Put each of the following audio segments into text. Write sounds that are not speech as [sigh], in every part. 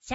シ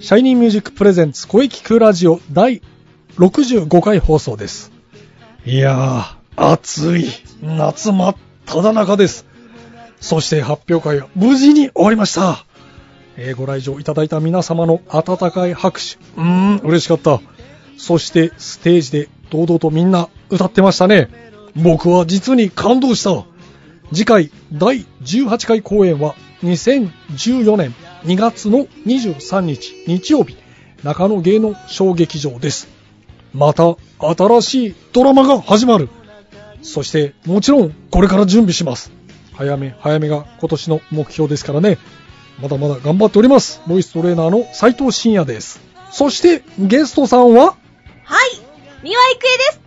シャイニーミュージックプレゼンツ声聞くラジオ第65回放送です。いやー、暑い夏真っ只中です。そして発表会は無事に終わりました。えーご来場いただいた皆様の温かい拍手、うーん、嬉しかった。そしてステージで堂々とみんな歌ってましたね。僕は実に感動した。次回第18回公演は2014年2月の23日日曜日中野芸能小劇場ですまた新しいドラマが始まるそしてもちろんこれから準備します早め早めが今年の目標ですからねまだまだ頑張っておりますボイストレーナーの斉藤真也ですそしてゲストさんははい、三輪郁恵です。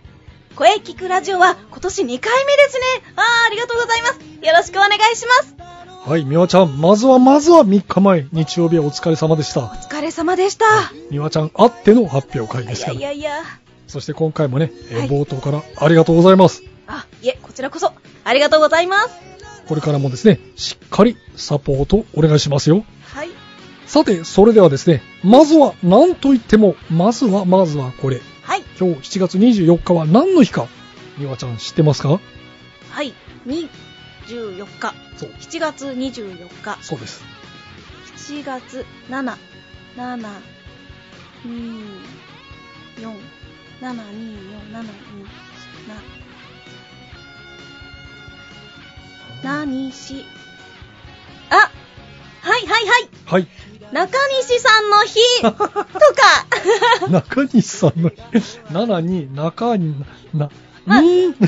声聞くラジオは今年2回目ですね。あー、ありがとうございます。よろしくお願いします。はい美和ちゃんまずはまずは3日前日曜日はお疲れ様でしたお疲れ様でした。美和ちゃんあっての発表会でいすやからいやいや。そして今回もね、えーはい冒頭からありがとうございます。あ、いえ、こちらこそ、ありがとうございます。これからもですね、しっかりサポートお願いしますよ。はい。さて、それではですね、まずは何と言っても、まずはまずはこれ。はい。今日7月24日は何の日か、美和ちゃん知ってますかはい。24日。そう、 7月24日。そうです。 7月7、7、2、4、7、2、4、7、2、な、何し、あはいはいはいはい。中西さんの日とか中西さ [laughs] んの、7に、中に、な、まあうーんか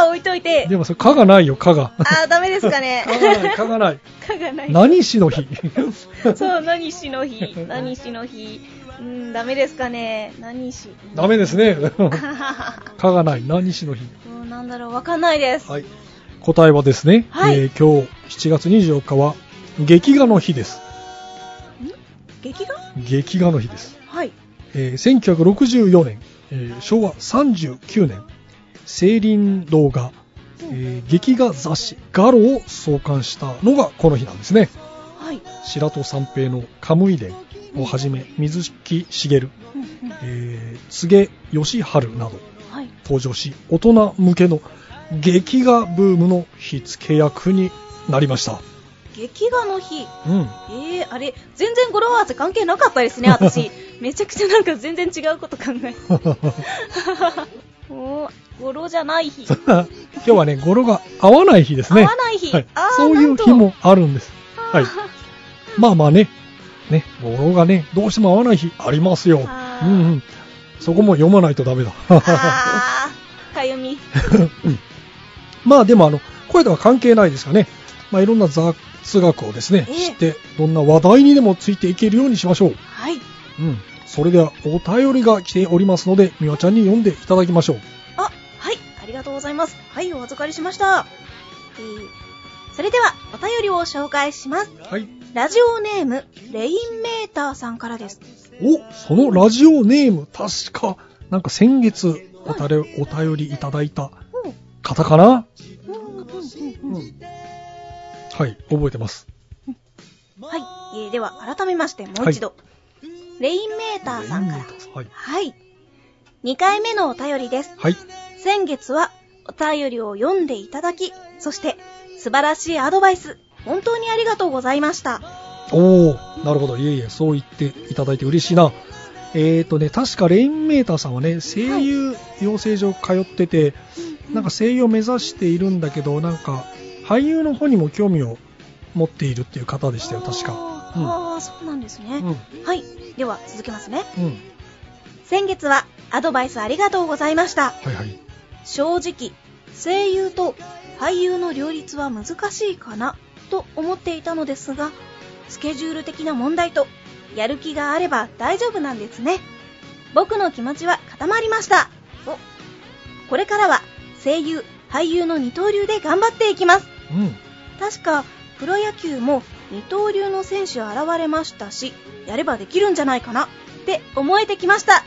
は置いといて、でもそれ、かがないよ、かが。あーダメですかねかがない、かがない。かがない。何しの日。 [laughs] そう、何しの日、何しの日。うん、ダメですかね。何し。ダメで [laughs] すね。そかがない、何しの日。うなんだろう、わかんないです。はい、答えはですね、はいえー今日7月24日は劇画の日です劇画劇画の日です、はい。えー1964年、えー昭和39年青林堂が、えー劇画雑誌「ガロ」を創刊したのがこの日なんですねはい。白戸三平の「カムイ伝」をはじめ水木しげる、うんうん。はえー、柘植義春などい。登場し大人向けの劇画ブームの火付け役になりました劇画の日。うんえー、あれ、全然語呂合わせ関係なかったですね、私。めちゃくちゃなんか全然違うこと考えて。おー、語呂じゃない日。 [laughs] 今日はね、語呂が合わない日ですね。合わない日はいあーそういう日もあるんです。はい。まあまあね、ね、語呂がね、どうしても合わない日ありますよ。あうーんうん。そこも読まないとダメだ。 [laughs] あー、かゆみ。 [laughs] まあでもあの、声とは関係ないですかね。まあいろんな雑学をですね、ええ知って、どんな話題にでもついていけるようにしましょう。はい。うん。それではお便りが来ておりますので、みわちゃんに読んでいただきましょう。あ、はい、ありがとうございます。はい、お預かりしました。えー、それでは、お便りを紹介します。はい。ラジオネーム、レインメーターさんからです。お、そのラジオネーム、確か、なんか先月おたれ、お便りいただいたうん方かな、うんうんうんうんはい、覚えてます。はい、えーでは改めましてもう一度、レインメーターさんからはい。はい2回目のお便りですはい。先月はお便りを読んでいただきそして素晴らしいアドバイス本当にありがとうございましたおー、なるほど。いえいえ、そう言っていただいて嬉しいな。えーとね、確かレインメーターさんはね、声優養成所通ってて、なんか声優を目指しているんだけど、なんか俳優の方にも興味を持っているっていう方でしたよ、確か。あうーんあーそうなんですうね、ん。はいでは続けますねうん。先月はアドバイスありがとうございましたはいはい。正直声優と俳優の両立は難しいかなと思っていたのですがスケジュール的な問題とやる気があれば大丈夫なんですね僕の気持ちは固まりましたおこれからは声優俳優の二刀流で頑張っていきますうん確かプロ野球も二刀流の選手現れましたしやればできるんじゃないかなって思えてきました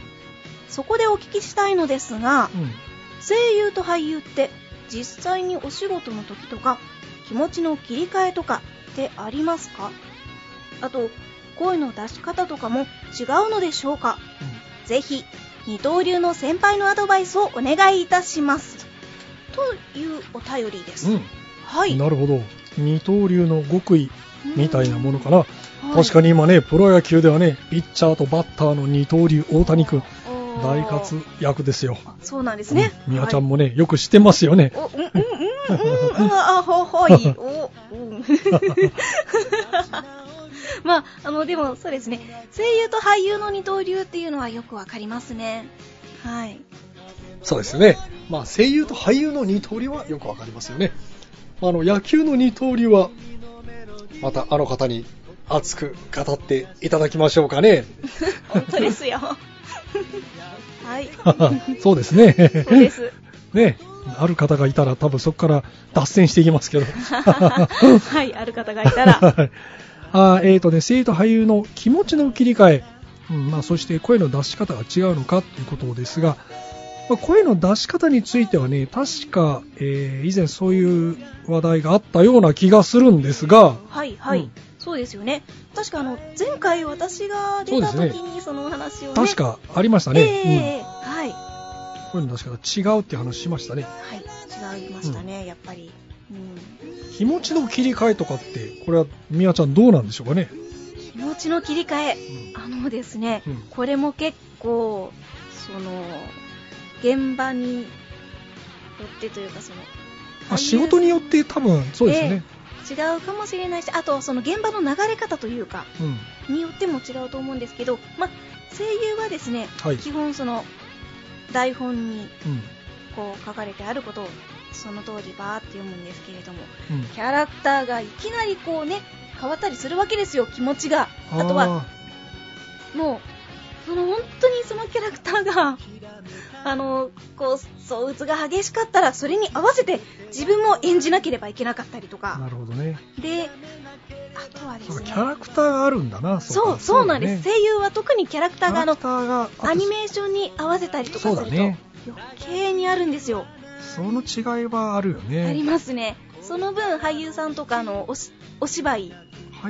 そこでお聞きしたいのですがうん声優と俳優って実際にお仕事の時とか気持ちの切り替えとかってありますかあと声の出し方とかも違うのでしょうかぜひ二刀流の先輩のアドバイスをお願いいたしますというお便りです、うん、はいなるほど二刀流の極意みたいなものかな、確かにに今ねプロ野球ではねピッチャーとバッターの二刀流大谷君大活躍ですよあそうなんですね。うん美和ちゃんもね、よく知ってますよねお、うん、うん、うん、うん、あ、あほ、ほい、 [laughs] お、うん。 [laughs] まあ、あの、でも、そうですね。声優と俳優の二刀流っていうのはよくわかりますね。はい。そうですね、まあ、声優と俳優の二刀流はよくわかりますよねあの野球の二刀流はまたあの方に熱く語っていただきましょうかね本当ですよ。 [laughs] はい。 [laughs] そうですねそうです。 [laughs] [laughs] ねある方がいたら多分そこから脱線していきますけどはい、ある方がいたら。はいあーえーとね、声優と俳優の気持ちの切り替え、うんまあ、そして声の出し方が違うのかということですが、まあ、声の出し方についてはね確か、えー以前そういう話題があったような気がするんですが、はい、はい。うんそうですよね。確かあの、前回私が出たそうです時にそのお話をね。確かありましたね、ええはい。うん声の出し方違うっていう話しましたねはい、違いましたね、やっぱり。うん、気持ちの切り替えとかってこれはみやちゃんどうなんでしょうかね、気持ちの切り替え、うんあのですね、うんこれも結構、その、現場によってというか、その、あ仕事によって多分そうですね、違うかもしれないし、あと、その現場の流れ方というか、うんによっても違うと思うんですけど、ま、声優はですね、はい、基本、その、台本にうんこう書かれてあることを、その通りバーって読むんですけれども、うん、キャラクターがいきなりこうね、変わったりするわけですよ、気持ちが。あとは、あもう、その本当にそのキャラクターが、 [laughs] あの、こう、相打つが激しかったら、それに合わせて自分も演じなければいけなかったりとーなか。るほどねで、あとはでそうすかね。キャラクターがあるんだなそう、そうなんです。ね声優は特にキャラクターがあの、キャラクターがアニメーションに合わせたりとかするそうと、だね余計にあるんですよ。その違いはあるよねありますね。その分、俳優さんとかのおしお芝居、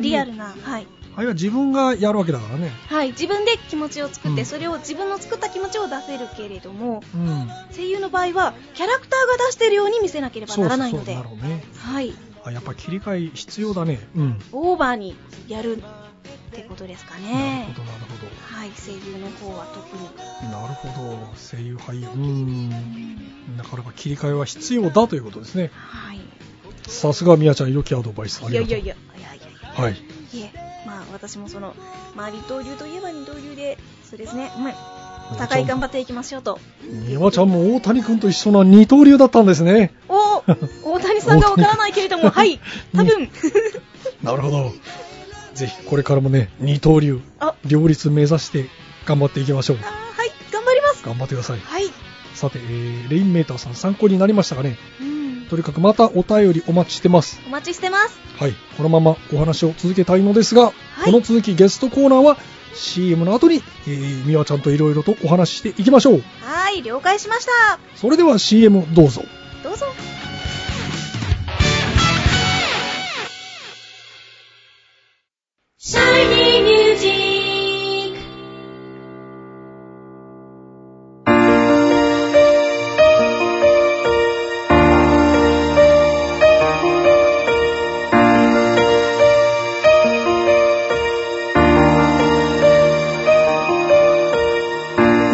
リアルな、はい。あれは自分がやるわけだからねはい、自分で気持ちを作って、うんそれを自分の作った気持ちを出せるけれどもうん声優の場合はキャラクターが出してるように見せなければそうなそらなういそのうでなるほどねはい、あやっぱ切り替え必要だねうんオーバーにやるってことですかなねるほどなるほはい声優の方は特にどなるほど声優俳優うんなかなか切り替えは必要だということですねはいさすがみやちゃん良きアドバイスあいりやがといやういやいやいやいやはいいえまあ私もそのまあ二刀流といえば二刀流でそうですねうんお互い頑張っていきましょうとみやちゃんも大谷君と一緒な二刀流だったんですねお [laughs] ー大谷さんがわからないけれどもはい多分なるほど。ぜひこれからもね、二刀流、あ両立目指して頑張っていきましょう。あーはい頑張ります頑張ってください。はいさて、えーレインメーターさん参考になりましたかねうんとにかくまたお便りお待ちしてます。お待ちしてます。はい。このままお話を続けたいのですが、いこの続きゲストコーナーは CM の後に、えー、みわちゃんといろいろとお話ししていきましょう。はい、了解しました。それでは CM どうぞ。どうぞ。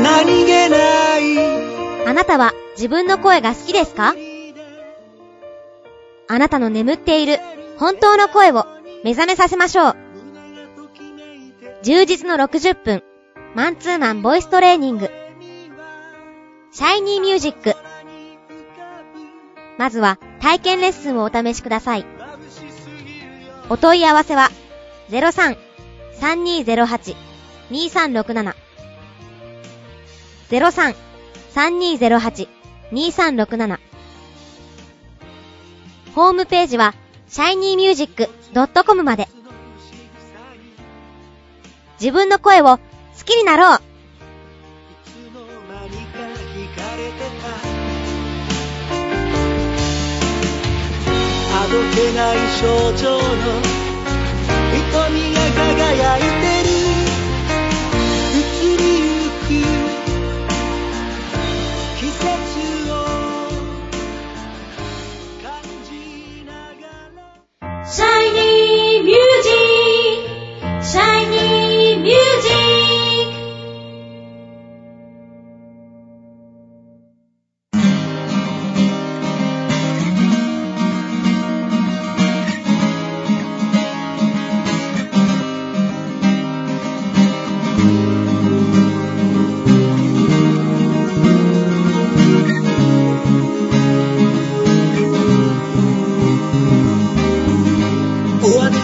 何気ないあなたは自分の声が好きですかあなたの眠っている本当の声を目覚めさせましょう。充実の60分、マンツーマンボイストレーニング。シャイニーミュージック。まずは体験レッスンをお試しください。お問い合わせは03-3208-2367 03-3208-2367ホームページは shinymusic.com まで自分の声を好きになろうあどけない症状の瞳が輝いてる移りゆく季節を感じながら Shiny music, shiny music. 終わった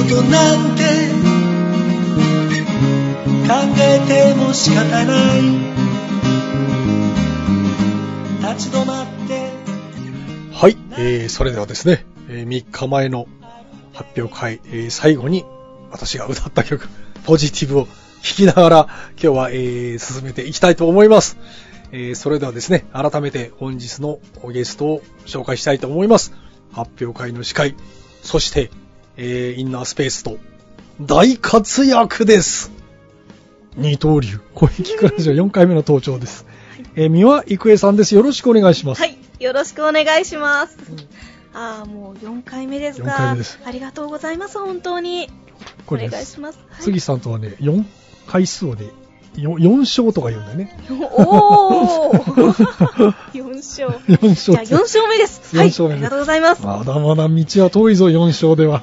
ことなんて考えても仕方ない立ち止まってはい、えー、それではですね、え3日前の発表会、えー最後に私が歌った曲、ポジティブを聴きながら今日は、えー進めていきたいと思います。えーそれではですね、改めて本日のゲストを紹介したいと思います。発表会の司会、そして、えーインナースペースと大活躍です二刀流、声聞くラジオ4回目の登場です。えー、三輪郁恵さんです。よろしくお願いします。はい、よろしくお願いします。ああ、もう4回目です四か。回目ですありがとうございます、本当に。おこ願れいですします。はい杉さんとはね、4回数をね、よ4勝とか言うんだよね。おー [laughs] !4 勝。 4じゃあ勝って。 4勝目です。 4はい、勝目でありすがとうございます。まだまだ道は遠いぞ、4勝 [laughs] では。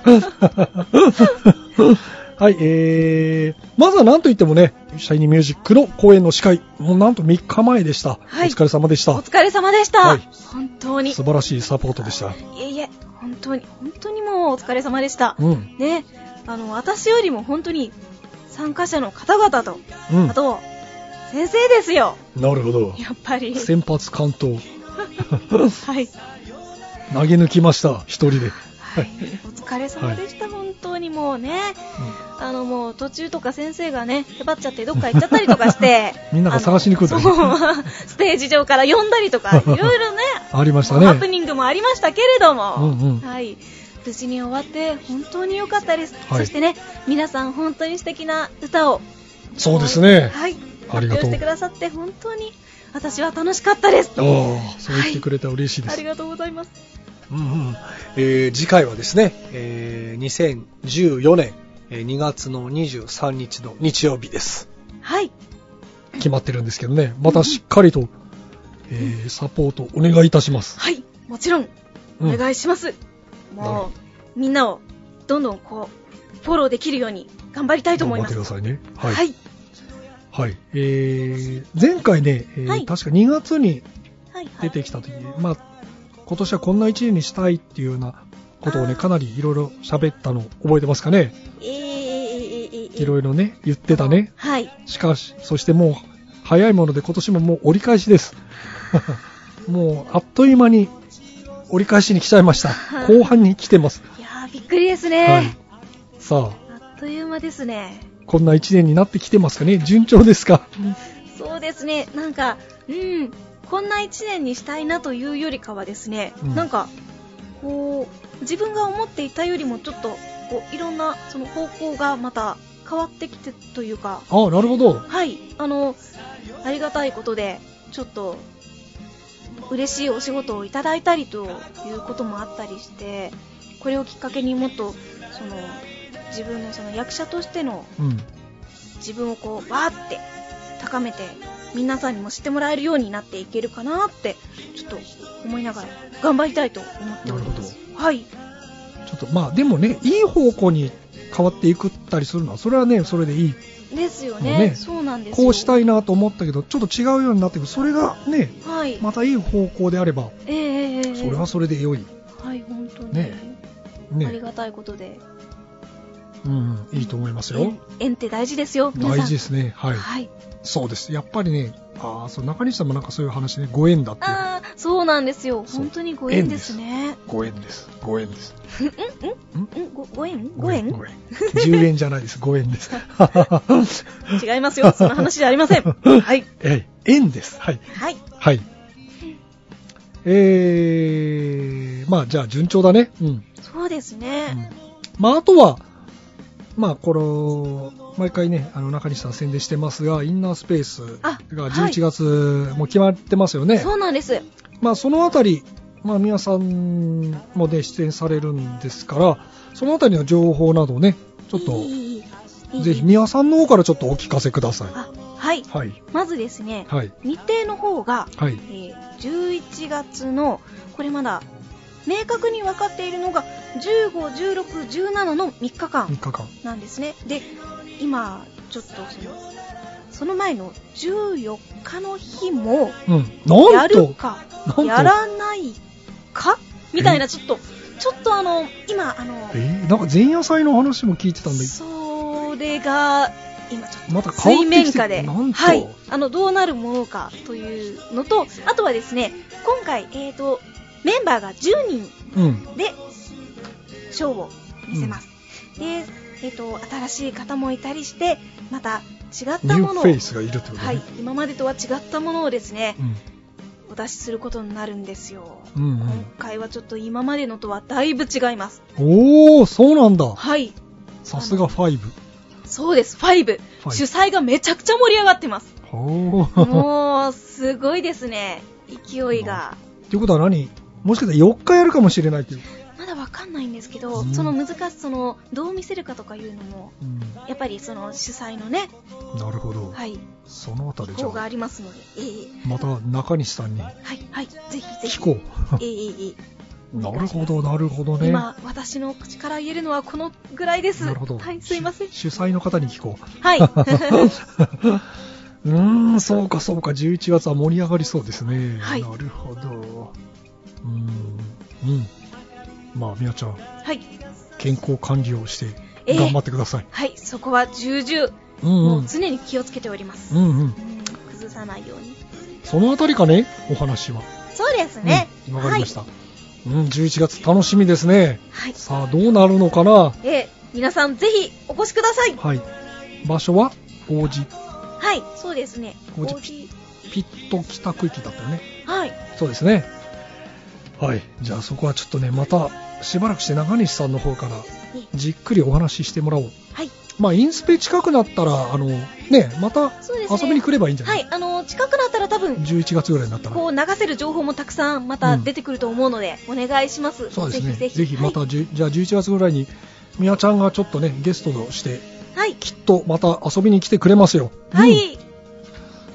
はい、えー、まずはなんといってもね、シャイニーミュージックの公演の司会、もうなんと3日前でした。はいお疲れ様でしおた。疲れ様でした。はい本当に。い素晴らしいサポートでした。えいえ、本当に、本当にもうお疲れ様でした。うん、ね、あの、私よりも本当に参加者の方々と、うんあ、と、先生ですよ。なるほど。やっぱり。先発完投、はい。投げ抜きました、一人で。はい、お疲れ様でした、本当にもうね、あのもう途中とか先生がね、へばっちゃって、どっか行っちゃったりとかして、 [laughs] みんなが探しに来るんだあのねそうステージ上から呼んだりと [laughs] か、いろいろね、ありましたハプね。ニングもありましたけれども、うんうんはい、無事に終わって、本当に良かったです、はいそしてね、皆さん、本当に素敵な歌を、そうですね。はい、あり発表がとうしてくださって、本当に私は楽しかったです。おーそう言ってくれたら嬉しいであすり。がとうございます。うんうんえー次回はですね、えー2014年えー2月の23日の日曜日です。はい、決まってるんですけどね、またしっかりと、えーサポートお願いいたします。はい、もちろん、うんお願いします、なるもうみんなをどんどんこうフォローできるように頑張りたいと思い頑張っまてすくださいね。は。はいい、はい。えー前回ね、えーはい確か2月にはいはい出てきた時、まあ、今年はこんな1年にしたいっていうようなことをね、あーかなりいろいろ喋ったの覚えてますかね。えーえーえーえーいろいろね、言ってたね。はいしかし、そしてもう早いもので今年ももう折り返しです。 [laughs] もうあっという間に折り返しに来ちゃいました。後半に来てます。いやーびっくりですね、はい。さあ、あっという間ですねこんな一年になってきてますかね順調ですかそうですねなんかうんこんな1年にしたいなというよりかはですね、うんなんかこう自分が思っていたよりもちょっとこういろんなその方向がまた変わってきてというかああ、なるほど。はい、あの、ありがたいことで、ちょっと、嬉しいお仕事をいただいたりということもあったりして、これをきっかけにもっと、その、自分のその役者としてのうん。自分をこう、わーって高めて、皆さんにも知ってもらえるようになっていけるかなって、ちょっと思いながら頑張りたいと思っております。はい。ちょっとまあでもね、いい方向に変わっていくったりするのは、それはね、それでいいですよもうねねそうなんですよこうしたいなと思ったけどちょっと違うようになってくるそれがねはい、またいい方向であればええええええそれはそれで良いはい本当にねありねがたいことでうんいいと思いますよ縁縁って大事ですよ皆さん大事ですねはいはい、そうですやっぱりねああそう中西さんもなんかそういう話ねご縁だっていうああそうなんですよそう本当にご縁ですねご縁ですご縁ですうんごご縁ご縁ご縁10円じゃない [laughs] ですご縁です違います [laughs] よその話じゃありませんはいええ縁ですはいはいはい。えー、まあじゃあ順調だね。うん。うんそうですね、まああとは、まあこの、毎回ね、あの中西さん宣伝してますが、インナースペースあがはい11月、もう決まってますよね。そうなんですまあそのあたり、まあ皆さんもね、出演されるんですから、そのあたりの情報などね、ちょっいと、いいいいいぜひ宮さんの方からちょっとお聞かせください。あはいはい。まずですねはい。日程の方が、はいえ。ー11月のこれまだ明確に分かっているのが15、16、17の3日間3日間。なんですね。で、今、ちょっとその、その前の14日の日も、うん。なやんとるかなん、とやらないかみたいな、ちょっと、ちょっとあの、今、あのえ、ー、なんか前夜祭の話も聞いてたんで、それが、今ちょっと、また変水わって面きて下で、なんと、はい、あのどうなるものかというのと、あとはですね、今回、えー、とメンバーが10人うん、でショーを見せます。で、えーと、新しい方もいたりして、また違っニたュものーフをェイ、スがいるってことね。はい、今までとは違ったものをですねう、んお出しすることになるんですよ。うんう今ん、回はちょっと今までのとはだいぶ違います。おー、そうなんだ。はい、さすが5。そうです、5。ファイブ主催がめちゃくちゃ盛り上がってます。 [laughs] おー。もう、すごいですね。勢いが。ということは何もしかしたら4日やるかもしれないっていう。まだわかんないんですけど、うんその難しその、どう見せるかとかいうのも、うん、やっぱりその主催のね、なるほど。はい、そのあたりじゃ方がああ、りますので、ええまた中西さんにはい、はい、ぜひぜひ聞。こう。えええええなるほど、なるほどえね。な今、私の口から言えるのはこのぐらいです。るほど。はい、すいません。主主催の方に聞こう。 [laughs] はい。うーん、そうかそうか、11月は盛り上がりそうですね。はいなるほど。うーん、うん。まあ、みやちゃん、はい、健康管理をして、ええ頑張ってください。はい、そこは重々、うんうもんう。常に気をつけております。うんうんう。ん、崩さないように。そのあたりかね、お話は。そうですね。うんわ、かりました。うん、11月楽しみですね。はい。はいさあ、どうなるのかなええ皆さんぜひお越しください。はい。場所は、王子、はい、そうですね。王子王子ピット北区域だったよね。はい。そうですね。はい。じゃあそこはちょっとね、またしばらくして中西さんの方からじっくりお話ししてもらおう。はい。まあ、インスペ近くなったら、あの、ね、またそうですね。遊びに来ればいいんじゃな、はいい、あの、近くなったら多分、 ?11 月ぐらいになったら。こう流せる情報もたくさんまた出てくると思うので、お願いします。そうですね。ぜぜひひぜひ。また、じゅじゃあ11月ぐらいに、みやちゃんがちょっとね、ゲストとして、はい。はい。きっとまた遊びに来てくれますよ。はうん、い。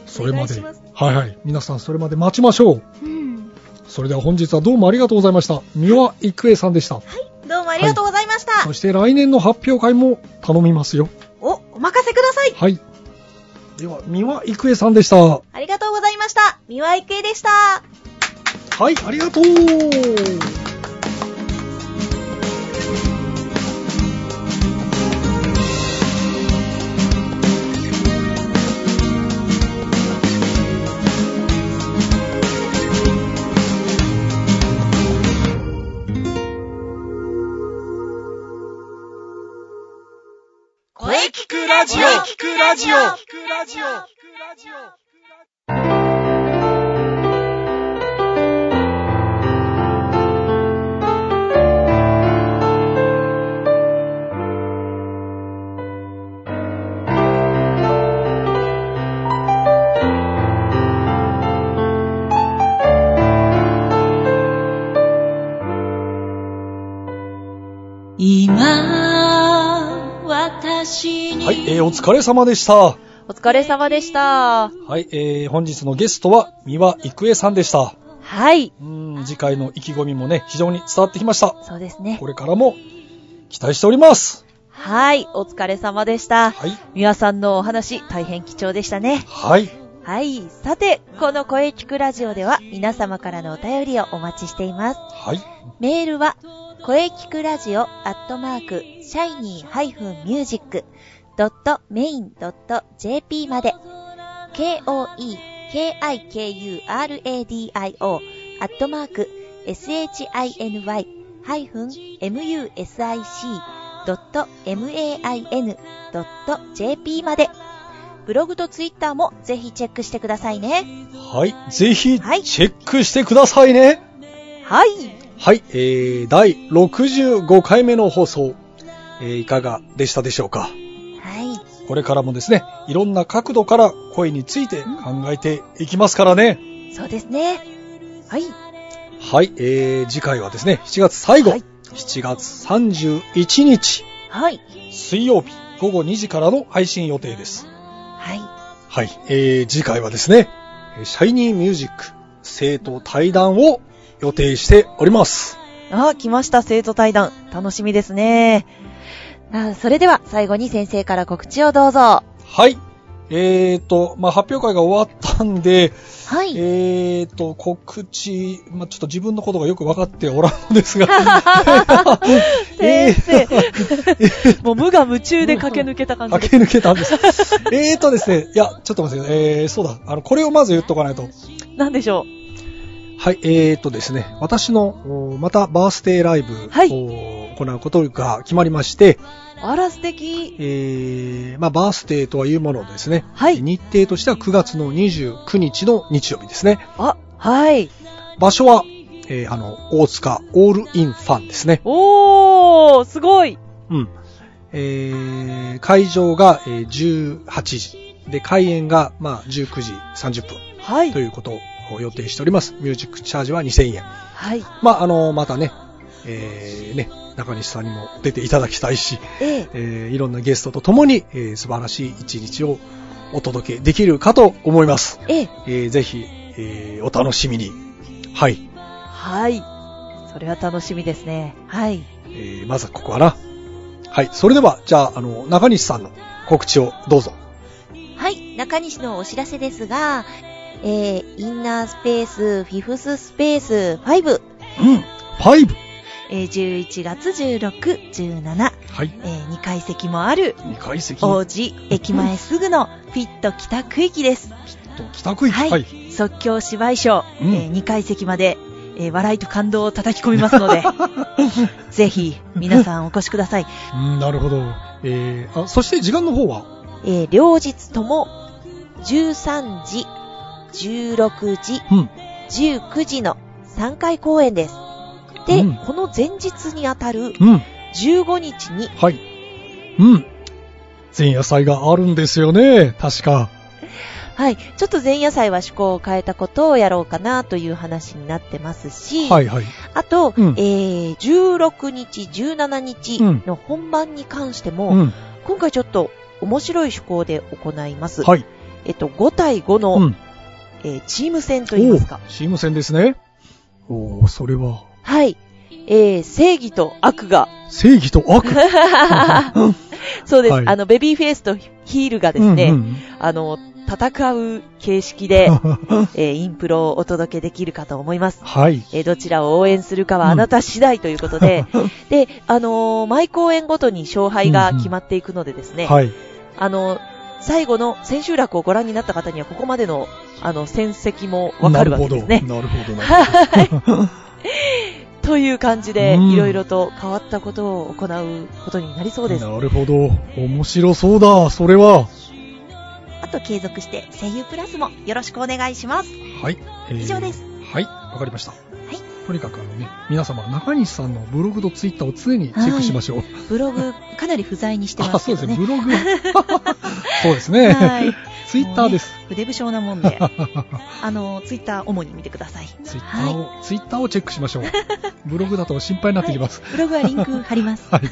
それまで。お願いしはいはい。皆さんそれまで待ちましょう。うん。それでは本日はどうもありがとうございました。三輪郁恵さんでした。どうもありがとうございました。そして来年の発表会も頼みますよ。お、お任せください。はい。では、三輪郁恵さんでした。はありがとうございました。三輪郁恵でした。い、ありがとう。声聞くラジオ聞くラジオ聞くラジオ今、私に、はい、えーお疲れ様でした。はお疲れ様でした。い、えー本日のゲストは三輪郁恵さんでした。はい。うーん、次回の意気込みもね、非常に伝わってきました。そうですね。これからも期待しております。はい、お疲れ様でした。はい。みわさんのお話、大変貴重でしたね。はい。はい、さて、この声聞くラジオでは皆様からのお便りをお待ちしています。はい。メールは、声聞くラジオアットマーク、シャイニー -music.main.jp まで、k-o-e-k-i-k-u-r-a-d-i-o アットマーク、shiny-music.main.jp まで、ブログとツイッターもぜひチェックしてくださいね。はい。ぜひ、チはいェックしてくださいね。はい。はい、えー、第65回目の放送、えーいかがでしたでしょうかはい。これからもですね、いろんな角度から声について考えていきますからね。そうですね。はい。はい、えー、次回はですね、7月最後、はい7月31日、はい。水曜日午後2時からの配信予定です。はい。はい、えー、次回はですね、えーシャイニーミュージック生徒対談を予定しております。あ、来ました、生徒対談。楽しみですね。あそれでは、最後に先生から告知をどうぞ。ははい。えーと、まあ、発表会が終わったんい。で、えーと、告知、まあ、ちょっと自分のことがよく分かっておらんの [laughs] ですが、 [laughs] 先生、もう無我夢中で駆け抜けた感じで駆け抜けたんです。えーとですね、いや、ちょっと待ってください。えー、そうだ、あの、これをまず言っとかないと。なんでしょはい、えーとですね、私の、おまたバースデーライブを、はい行うことが決まりまして、う。あら、素敵。えー、まあ、バースデーとはいうものをですね、はい日程としては9月の29日の日曜日ですね。あ、はい。場所は、えーあの、大塚オールインファンですね。おー、すごい。うん。えー会場が、えー18時。で、開演が、まあ、19時30分はとい。いうことを予定しております。ミュージックチャージは2000円。はい。まあ、あの、またね、えーね、中西さんにも出ていただきたいし、ええ。えーいろんなゲストと共に、えー素晴らしい一日をお届けできるかと思います。ええ。えーぜひ、えーお楽しみに。はい。はい。それは楽しみですね。はい。えーまずはここかな。はい。それでは、じゃあ、あの、中西さんの告知をどうぞ。はい、中西のお知らせですが、えー、インナースペース、フィフススペース5、うん。ファイブ。えー11月16、17、はいえ。ー2階席もある2階席王子駅前すぐのフィット北区域です。北区域。はいはい。即興芝居賞、うんえ2階席まで、えー笑いと感動を叩き込みますの [laughs] で、ぜひ皆さんお越しください。うんなるほど。えーあ、そして時間の方はえー両日とも13時、16時、うん。 19時の3回公演です。で、うんこの前日にあたるうん。 15日に、はい。うん。前夜祭があるんですよね。確か。はい、ちょっと前夜祭は趣向を変えたことをやろうかなという話になってますし、はいはい。あと、うんえー16日、17日うんの本番に関しても、うん。今回ちょっと面白い趣向で行います。はい。えっと、5対5の、うん。えーチーム戦といいおまおすか。チーム戦ですね。おおそれは、はい。えー正義と悪が。正義と悪。そうです。はいあの、ベビーフェイスとヒールが [laughs] ですね、うんうんあの、戦う形式で、えーインプロをお届けできるかと思います。 [laughs] はい。えーどちらを応援するかはうんあなた次第ということ [laughs] で、で、あのー毎公演ごとに勝敗が決まっていくのでですね、はい。あの、最後の千秋楽をご覧になった方には、ここまでの、あの、戦績もわかるわけですね。な [laughs] るほど。なるほど。という感じで、うんいろいろと変わったことを行うことになりそうです。なるほど。面白そうだ。それは。あと継続して声優プラスもよろしくお願いします。はい。えー以上です。はい。わかりました。はい。とにかくあのね、皆様、中西さんのブログとツイッターを常にチェックしましょう。ブログ、かなり不在にしてあ、ますそうけですどね。ね。ブロ [laughs] グ。そうですね。はい。ツイッターです。、筆不詳なもんで [laughs] ツあの、ツイッター主に見てください。イッターを、ツイッターをチェックしましょう。ブログだと心配になってきます。ブログはリンク貼ります。 [laughs] はい。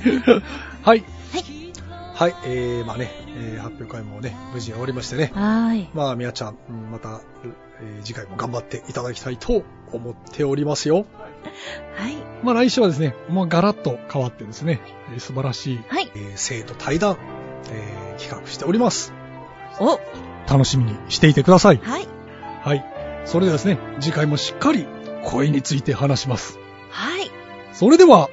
はい。はい。えー、まあね、えー発表会もね、無事終わりましてね。はい。まあ、みやちゃん、うんまた、えー次回も頑張っていただきたいと思っておりますよ。はい。まあ来週はですね、もうガラッと変わってですね、えー素晴らしい、はいえー生徒対談、えー企画しております。お、楽しみにしていてください。はい。はい。それではですね、次回もしっかり声について話します。はい。それでは、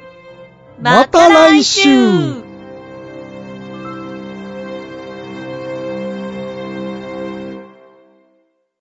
また来週